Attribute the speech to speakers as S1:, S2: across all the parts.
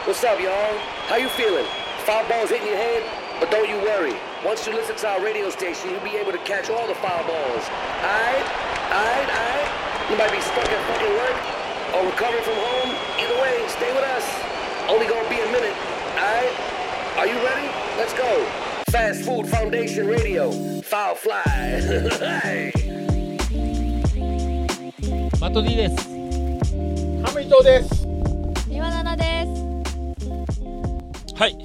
S1: What's up, y'all? How you feeling? Foul balls hitting your head? But don't you worry. Once you listen to our radio station, you'll be able to catch all the foul balls. Aight? Aight? Aight? You might be stuck at fucking work or recovering from home. Either way, stay with us. Only gonna be a minute. Aight? Are you ready? Let's go. Fast Food Foundation Radio. Foul fly. hey.
S2: マット D です
S3: ハム伊藤です。
S4: 岩七です。
S5: はい、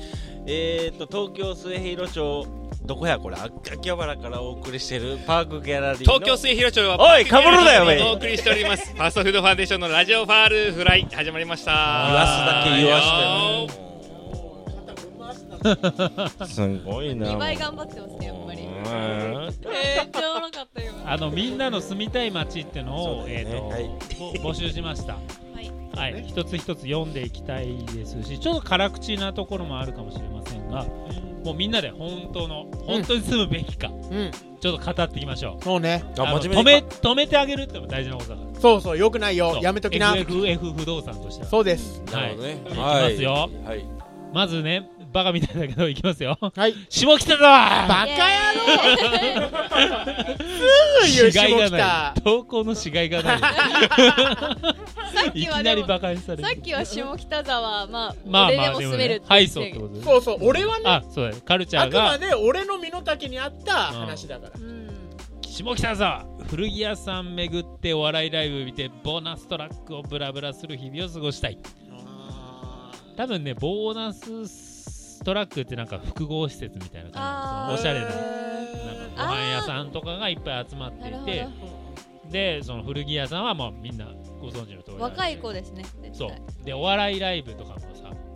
S5: えー、と東京末広町どこやこれあ秋葉原からお送りしてるパークギャラリーの
S2: 東京末広町は
S5: おいかぶるなよお前
S2: お送りしておりますファーストフードファンデーションのラジオファールフライ始まりました
S5: 言わすだけ言わ
S2: よー
S5: してるすごいな
S4: 二倍頑張ってますねやっぱり。
S5: う
S4: め
S5: ーん
S4: っちゃおもろかったよ。
S2: あのみんなの住みたい街っての
S5: そ
S2: を、
S5: うだ
S2: え
S5: よ
S2: ー
S5: ね
S2: と
S5: はい
S2: ぼ募集しました
S4: はい。
S2: はい、一つ一つ読んでいきたいですしちょっと辛口なところもあるかもしれませんがもうみんなで本当の本当に住むべきか、
S3: うん。
S2: ちょっと語っていきましょう
S3: そうね。
S5: あ
S2: あの止
S5: 真面
S2: め
S5: 目に
S2: 止めてあげるってのも大事なことだから
S3: そうそう、よくないよ
S2: そ。う
S3: やめときな。
S2: FF 不動産としては
S3: そうです。
S5: なるほどね
S2: はい、いきますよ
S5: はい
S2: まずねバカみたいだけどいきますよ
S3: はい。
S2: 下北沢
S3: バ
S4: カ野郎。
S3: すぐ言う
S2: が
S3: 下
S2: な
S3: 北
S2: い。投稿のしがいが ない
S4: さ っ
S2: い
S4: き
S2: き
S4: は
S2: な
S4: で
S2: り
S4: も。
S2: バカにされる
S4: さっきは下北沢まあ
S2: まあ
S4: 俺
S2: ま
S4: で
S2: あ
S4: も
S2: で
S4: 住
S2: も
S4: めるっ
S2: ね
S4: て言
S2: は
S4: っ
S2: い
S4: てた
S2: そうっ
S4: け
S2: て
S4: ど
S2: ことです
S3: そうそう、俺はね、
S2: あそうだよカルチャ
S3: あ
S2: ー
S3: くま
S2: が
S3: で俺の身の丈に合った話だから。
S4: うん。
S2: 下北沢古着屋さん巡ってお笑いライブ見てボーナストラックをブラブラする日々を過ごしたい
S3: あ
S2: 多分ねボーナストラックってなんか複合施設みたいな感
S4: あー
S2: じでおしゃれななんか
S3: ー
S2: ご飯屋さんとかがいっぱい集まってい
S4: な
S2: て
S4: るほ
S2: でその古着屋さんはもうみんなご存知の通り
S4: ど。若い子ですね。絶対
S2: そうでお笑いライブとかもさ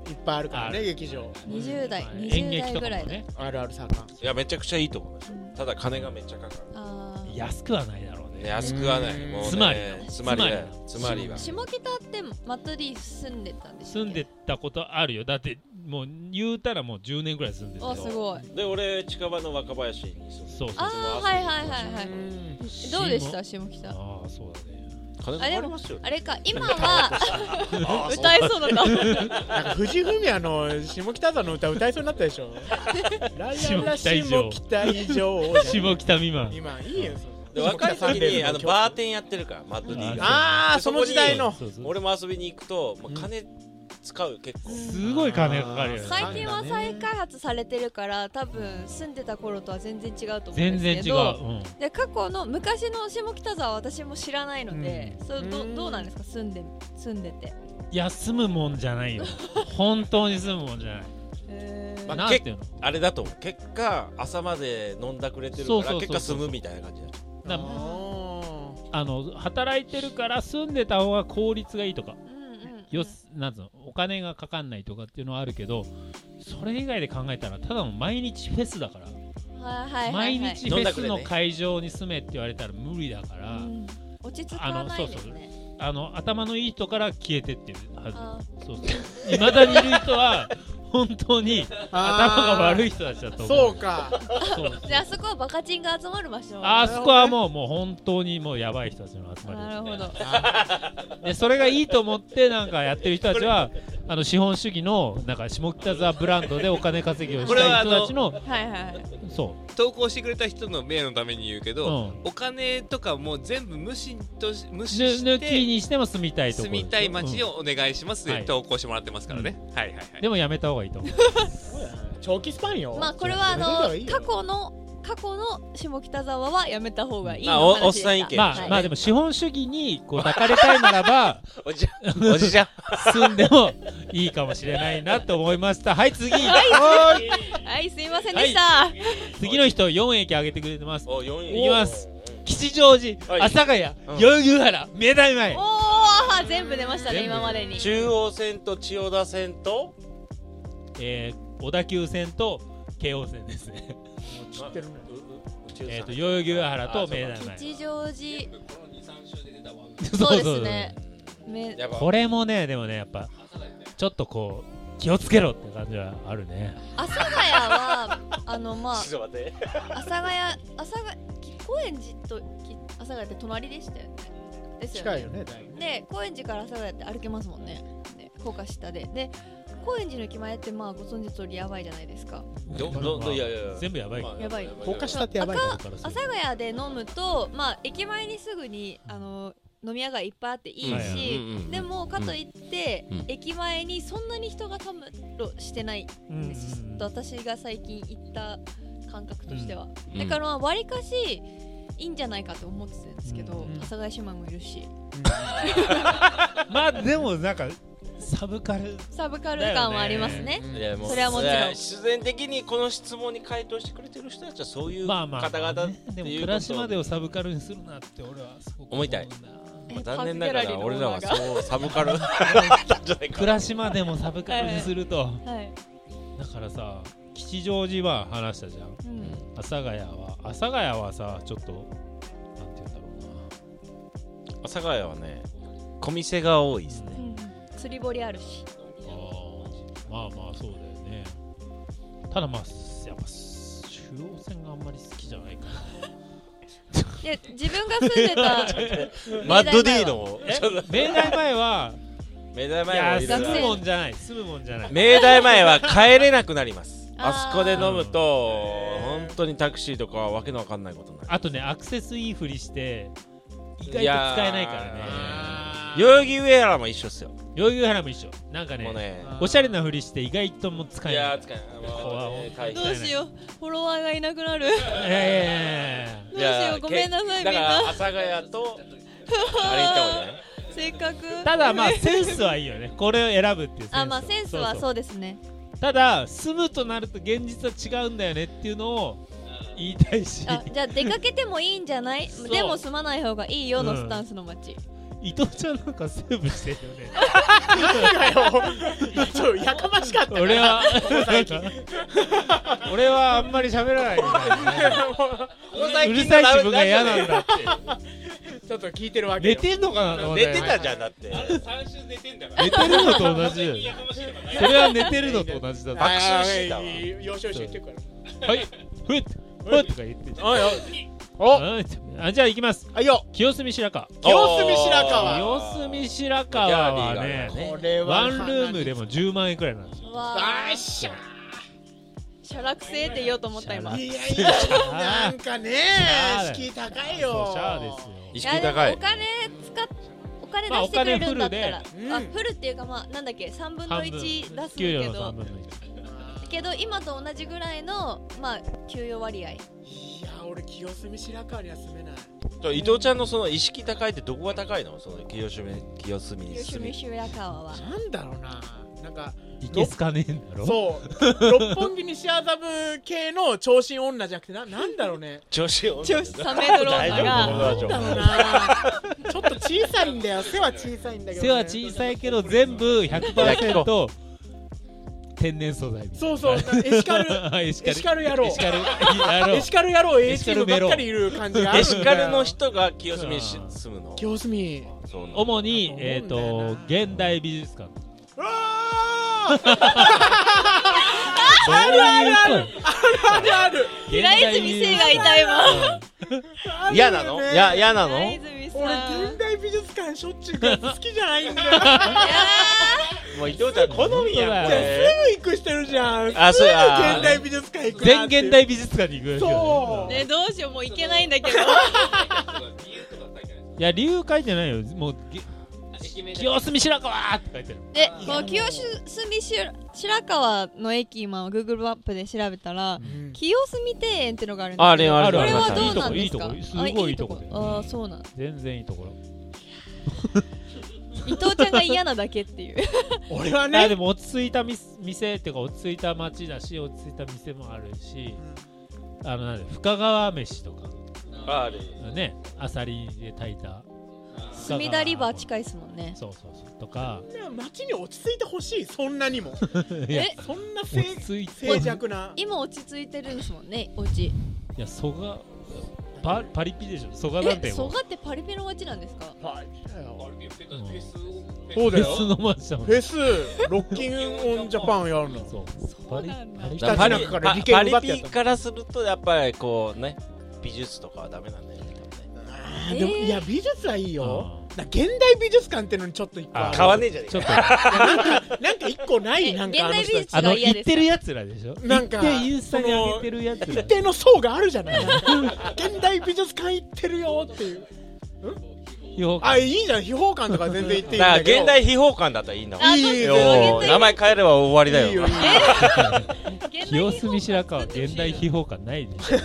S3: いっぱいあるから
S2: ある
S3: ね、劇場。
S4: 二十代
S2: まあ
S4: 二
S2: 演
S4: 十代
S2: 劇と
S4: ぐ
S2: からも
S4: いだ。
S2: ね
S3: あるある坂。
S5: いやめちゃくちゃいいと思いますただ金がめっちゃかか
S4: ああ。
S2: 安くはないだろう
S5: る
S2: ね
S5: ね安くはない
S3: うん
S5: もうね
S2: つまり
S5: つまりだよ
S2: つ
S5: つ
S2: ま
S5: ま
S2: り
S5: りは
S4: 下北ってマットリー住んでたんです。
S2: 住んで。たことあるよだってもう言うたらもう10年ぐらい住んでる
S4: あ
S2: よ
S4: すごい。
S5: で俺近場の若林に住んで
S2: そうそう
S4: ああはいはいはいは
S3: う
S4: い。
S3: ん
S4: どうでし
S2: 下
S4: た下北。
S2: ああそうだね
S5: 金かかりますよ
S4: あ れか今は
S5: あそう
S4: 歌えそうだった。
S3: なんか藤文也の下北沢の歌歌いそうになったでし ょ。ライアン
S2: 下
S3: ラ
S2: 北以上
S3: 下北以上。
S2: 下北未満
S3: 今いいよ。
S5: で若い時にあのバー
S3: テ
S5: テンやってるからマッド D が
S3: あー
S5: でこ
S3: その
S5: に
S3: 時代の
S2: そうそう
S5: 俺も遊びに行くと、まあ、金使う結構
S2: すごい金かかるよね
S4: 最近は再開発されてるから多分住んでた頃とは全然違うと思うん
S2: 全然
S4: ですけ
S2: 違う、
S4: ど
S2: うん、
S4: で過去の昔の下北沢は私も知らないので、それ
S3: う
S4: ど
S3: ん
S4: どうなんですか住んで住んでて、
S2: いや住むもんじゃないよ本当に住むもんじゃない、
S4: えー
S5: まあ
S2: なんていうの
S5: あれだと思う結果朝まで飲んだくれてるか
S2: そうそうそ
S5: ら
S2: うそう
S5: 結果済むみたいな感じだ
S2: だ
S3: ン。
S2: あの働いてるから住んでた方が効率がいいとか
S4: うんうんうん
S2: よすなんつうのお金がかかんないとかっていうのはあるけどそれ以外で考えたらただの毎日フェスだから、
S4: はいはいはいはい、
S2: 毎日フェスの会場に住めって言われたら無理だから、
S4: うん落ち着かないですね
S2: あの頭のいい人から消えてってるは
S4: あ
S2: ずそうそういまだにいる人は本当に頭が悪
S3: い。
S2: い人たちだと思う
S3: そうか。
S2: そうそう
S4: ーであそこはバカチンが集まる場所
S2: あそこはもうもう本当にもうやばい人たちの集まりです、ね、
S4: なるほど
S2: でそれがいいと思ってなんかやってる人たちはあの資本主義のなんか下北沢ブランドでお金稼ぎをし
S6: これは
S2: たい
S6: あの
S2: 人たちの
S4: はいはいはい
S2: そ
S6: 投稿してくれた人の名誉のために言うけ
S2: う、う
S6: ど、
S2: ん、
S6: お金とかも全部無視とし無視
S2: ぬ
S6: し
S2: 抜き
S6: て
S2: にしても住みたいとこ
S6: 住
S2: ろでしょ
S6: みたい街をお願いします
S2: は
S6: で
S2: い
S6: 投稿してもらってますからね、はいはいは
S2: うん
S6: い
S2: でもやめた方がいいと思う
S3: 長期スパンよ。
S4: まあこれはあ
S3: やめた方が
S4: の
S3: いいよ
S4: 過去の過去の下北沢はやめた方がいい
S5: まあ
S4: の話でした
S5: おっさん意見
S2: まあ、まあでも資本主義にこう抱かれたいなら ば
S5: おじゃおじちゃん
S2: 住んでもいいかもしれないなと思いましたはい次
S4: はいすいませんでした、
S2: 次の人4駅上げてくれてます
S5: お4
S2: いきます吉祥寺
S5: はい
S2: 阿佐ヶ谷
S5: うん
S2: 代々木原明大前
S4: おお全部出ました
S2: 全
S4: ね
S2: 部
S4: 今までに
S5: 中央線と千代田線と
S2: えー小田急線と京王線ですね
S3: 知ってるね
S2: えっと代々木上原と明大前
S4: 吉祥寺
S2: そ
S4: そう
S2: で
S4: うですす
S2: ね
S4: ねめ
S5: やっ ぱ
S2: これもねでもねやっぱちょっとこう気をつけろって感じはあるね
S4: 阿佐ヶ谷はあのまあ
S5: ちょっと待って
S4: 阿佐ヶ谷阿佐ヶ谷高円寺とき阿佐ヶ谷って隣でしたよねですよ
S3: 近い
S4: ね
S3: よね、だいぶ。
S4: で高円寺から阿佐ヶ谷って歩けますもんねで高架下でで高円寺の駅前ってまあご存知通りやばいじゃないですか
S5: どどどいやいやいや
S2: 全部やばい、
S6: まあ
S4: やばい
S3: 高架下ってやばいからからす
S4: 阿
S3: る
S4: 佐ヶ谷で飲むとまあ駅前にすぐにあの飲み屋がいっぱいあっていい
S2: はいはい
S4: し、
S6: うんうんうん
S4: でもかといって、
S6: うん
S4: 駅前にそんなに人がたむろしてない
S2: うん
S4: です、と私が最近行った感覚としては、
S6: うん
S4: だからわりかしいいんじゃないかと思ってたんですけど、
S2: うん
S4: 阿佐ヶ谷姉妹もいるし
S2: まあでもなんかサブカル
S4: サブカル感はありますね
S5: いやもう
S4: それはもちろん
S5: いや自然的にこの質問に回答してくれてる人たちはそういう
S2: まあ
S5: 方
S2: まあ、
S5: 々っていう
S2: ね
S5: こと
S2: でも暮らしまでをサブカルにするなって俺はすごく
S5: 思いたい
S2: んだ
S4: え
S5: まあ残念ながら俺らは
S4: パークギャラリーのオーナー
S5: そうサブカ ルだったんじゃないか
S2: 暮
S5: な
S2: らしまでもサブカルにすると
S4: がはい、
S2: だからさ吉祥寺は話したじゃん
S4: うん、
S2: 阿佐ヶ谷は阿佐ヶ谷はさちょっとなんて言うんだろ
S5: 阿佐ヶ谷はね小店が多いですね
S4: 釣り堀あるし
S2: うなあーまあまあそうだよねただまあやっぱ中央線があんまり好きじゃないかな
S4: で自分が住んでた
S5: マッド D の
S2: え明大前は
S5: 明大
S2: い
S5: 前
S2: や
S5: はいろい
S2: 住
S5: ろ
S2: むもんじゃない住むもんじゃない
S5: 明大前は帰れなくなり ます
S4: あー
S5: あそこで飲むと本当にタクシーとかはわけのわかんないことになる
S2: あとねアクセスいいふりして意外と使
S5: いやー
S2: えないからね
S5: 代々木上原も一緒っすよ
S2: 代々木原も一緒なんかね
S5: もうね
S2: おしゃれなふりして意外ともう使えない
S5: 使えない
S2: 怖い
S5: 会
S4: どうしようフォロワーがいなくなる
S2: え
S4: どうしようごめんなさいみん
S5: だから阿
S4: な
S5: 佐ヶ谷とあれ行ったもんね
S4: せっかく
S2: えただまあセンスはいいよねこれを選ぶっていうセンスは
S4: あまあセンスは
S2: う
S4: そうですね
S2: うただ住むとなると現実は違うんだよねっていうのを言いたいし
S4: あじゃあ出かけてもいいんじゃない
S2: そう
S4: でも住まない方がいいよの
S2: うん
S4: スタンスの街、
S2: 伊藤ちゃんなんかセーブしてるよね
S3: そうやかましかった
S2: 俺は 俺はあんまり喋らないよねうるさい自分が嫌なんだって
S3: ちょっと聞いてるわけ
S2: 寝
S3: よ
S2: てんのかなと思った
S5: 寝
S2: よ
S5: てたじゃんだって
S6: 三週寝てんだか
S2: 寝てるのと同じだよねそれは寝てるのと同じだ
S5: 爆
S2: は
S5: 笑してたわ
S3: あーいい要所要所言ってるから
S2: いふっふっとか言って
S3: おいお
S2: う
S3: い
S2: んあじゃあ行きます
S3: おあいいよ
S2: 清澄白河
S3: 清澄白河
S2: 清澄白河はね
S5: ギャラリーがある
S3: これは
S2: ワンルームでも10万円くらいなんですよ
S4: わ
S3: あ
S4: あ
S3: っしゃ
S4: 写楽性って言おうと思った今
S2: 写
S4: い
S3: いやいやなんかね
S2: シャー
S3: 敷居高い
S2: そ
S3: よ
S2: うシャアですよ
S5: 意識
S4: やでもお金
S5: 高い
S4: 使っお金出
S2: まあ
S4: してくれるんだった
S2: お、
S4: ら
S3: 金フルで
S4: あ
S3: うん
S4: フルっていうかまあなんだっけ3分の
S2: 半分
S4: 1出す
S2: 給料
S4: け
S2: の3
S4: ど
S2: 分の1
S4: けど今と同じぐらいのまあ給与割合
S3: いや俺清澄白河には住めない
S5: 伊藤ちゃんのその意識高いってどこが高いのその清澄清澄に
S4: 清
S5: 住
S4: 澄
S5: み
S4: 白河は
S3: なんだろうななんか
S2: いけすかねえんだろ
S3: そう六本木西麻布系の長身女じゃなくてななんだろうね
S5: 調子を
S4: 調子3メートル女
S5: 大
S4: が
S5: 丈夫
S3: なんだろう なちょっと小さいんだよ背は小さいんだけど、
S2: 背は小さいけど全部100%天然素材みたいな
S3: そうそうエシカ ル
S2: エシカル
S3: エシカル野郎
S2: エシカルやろう
S3: エシカル野郎
S2: エ
S3: A
S2: シ
S3: チ
S2: カ
S3: ーム
S2: ル
S3: ば
S2: メ
S3: っ
S2: ロ
S3: かりいる感じがある
S5: エ
S3: んだよ
S5: シカルの人が清澄にし
S2: うん
S5: 住むの
S3: 清澄
S5: そうなの
S2: 主に
S3: だ
S2: えっ
S3: と思うんだ
S2: と
S3: よな
S2: 現代美術館
S3: うわあ
S2: あるあるある
S3: あるある
S4: 平泉成がいた今
S5: 嫌なのいや嫌なの
S4: 平泉さんい
S3: 俺
S4: や
S3: 現代美術館しょっちゅう行くやつ好きじゃない んだよ
S5: もう伊藤ちゃん好みやん
S2: 本当だ
S5: これ
S3: すぐ行くしてるじゃん
S5: あそう
S3: すぐ
S5: や
S3: 現代美術館行く
S2: 全
S3: なって
S2: 現代美術館に行くんです
S3: そ
S2: よ
S3: う
S2: ね
S4: ーねどうしようもういけないんだけど
S2: いや理由書いてないよもうげ清澄白河って書いてる
S4: でこの清澄白白河の駅今 Google マップで調べたら、
S3: ん
S4: 清澄庭園ってのがあるんです
S5: あれあ
S2: る
S4: こ
S5: れあ
S4: れ
S5: れ
S4: は
S5: あ
S4: どうなん
S2: い
S4: ですか
S2: いとこいいとこすごいいいとこだよ
S4: ああーそうなん
S2: 全然いいところ
S4: 伊藤ちゃんが嫌なだ けっていう
S3: 俺は
S2: あで
S3: ね
S2: も落ち着いたみす店っていうか落ち着いた街だし落ち着いた店もあるし、あのなんだ深川飯とか
S5: あれ
S2: ねあさりで炊いた
S4: 隅田リバ
S2: い
S4: ー近いですもんね
S2: そうそうそうとか
S3: 街に落ち着いてほしいそんなにも
S2: いや
S4: え
S3: そんな
S2: 落
S3: 静
S2: ち着いて
S3: 静寂な
S4: 今落ち着いてるんですもんねお家
S2: いや蘇我パパリピでしょ蘇我なんて
S4: え
S2: も
S4: 蘇
S2: う
S4: 我ってパリピの街なんですか
S3: そうだ
S2: フ
S3: よ
S2: ェスの街だもん
S3: フェスロッキンオンジャパンやるの
S2: そう
S4: そ
S2: パ
S4: う
S2: リ
S4: なんだ
S2: パリ
S3: だ
S5: パ
S3: パ
S5: リ
S3: リ
S5: ピ
S3: ピ
S5: から
S3: パリピ
S5: からするとやっぱりこうね美術とかはダメなんだよね
S3: でもいや美術はいいよ
S2: あ
S3: だ現代美術館ってのにちょっと一個あ
S2: あ
S3: る
S5: 買わねえじゃねえ
S2: ち
S5: か
S2: ょっと
S3: なんか一個ない
S4: え
S3: なんかあの人たち
S4: 現代
S2: あの
S4: が
S2: 言
S4: 嫌です
S2: ってるやつらでしょ
S3: なんか
S2: 言ってインスタに上げてるやつ
S3: 一
S2: ら
S3: 定の層があるじゃない現代美術館行ってるよっていう
S2: よ
S3: あいいじゃん秘宝館とか全然行っていいん
S5: だから
S3: だけど
S5: 現代秘宝館だったらいいんだもん
S4: あ
S3: いい
S4: 確
S3: よ
S4: か
S5: よ
S4: に
S5: 名前変えれば終わりだ
S3: いいよ
S5: よ
S3: いいよ
S2: 清澄白河現代秘宝館ないでしょ
S3: い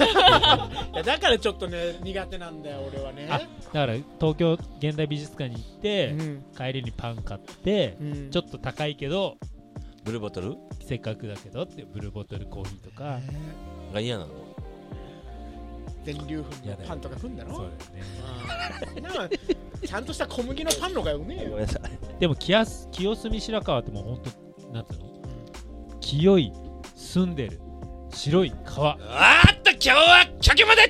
S3: やだからちょっとね苦手なんだよ俺はね
S2: あだから東京現代美術館に行って、
S3: うん
S2: 帰りにパン買って、
S3: うん
S2: ちょっと高いけど
S5: ブルーボトル
S2: せっかくだけどってブルーボトルコーヒーとか、
S5: が嫌なの
S3: 全粒粉のパンとか食うんだ
S2: そう
S3: ろ
S2: だよね
S3: うんなんかちゃんとした小麦のパンの方がうめえ
S5: ご
S3: よ
S5: めんなさい
S2: でも清す清澄白河ってもうほんとなんていうの清い澄んでる白い川
S6: あーっと今日は酒まで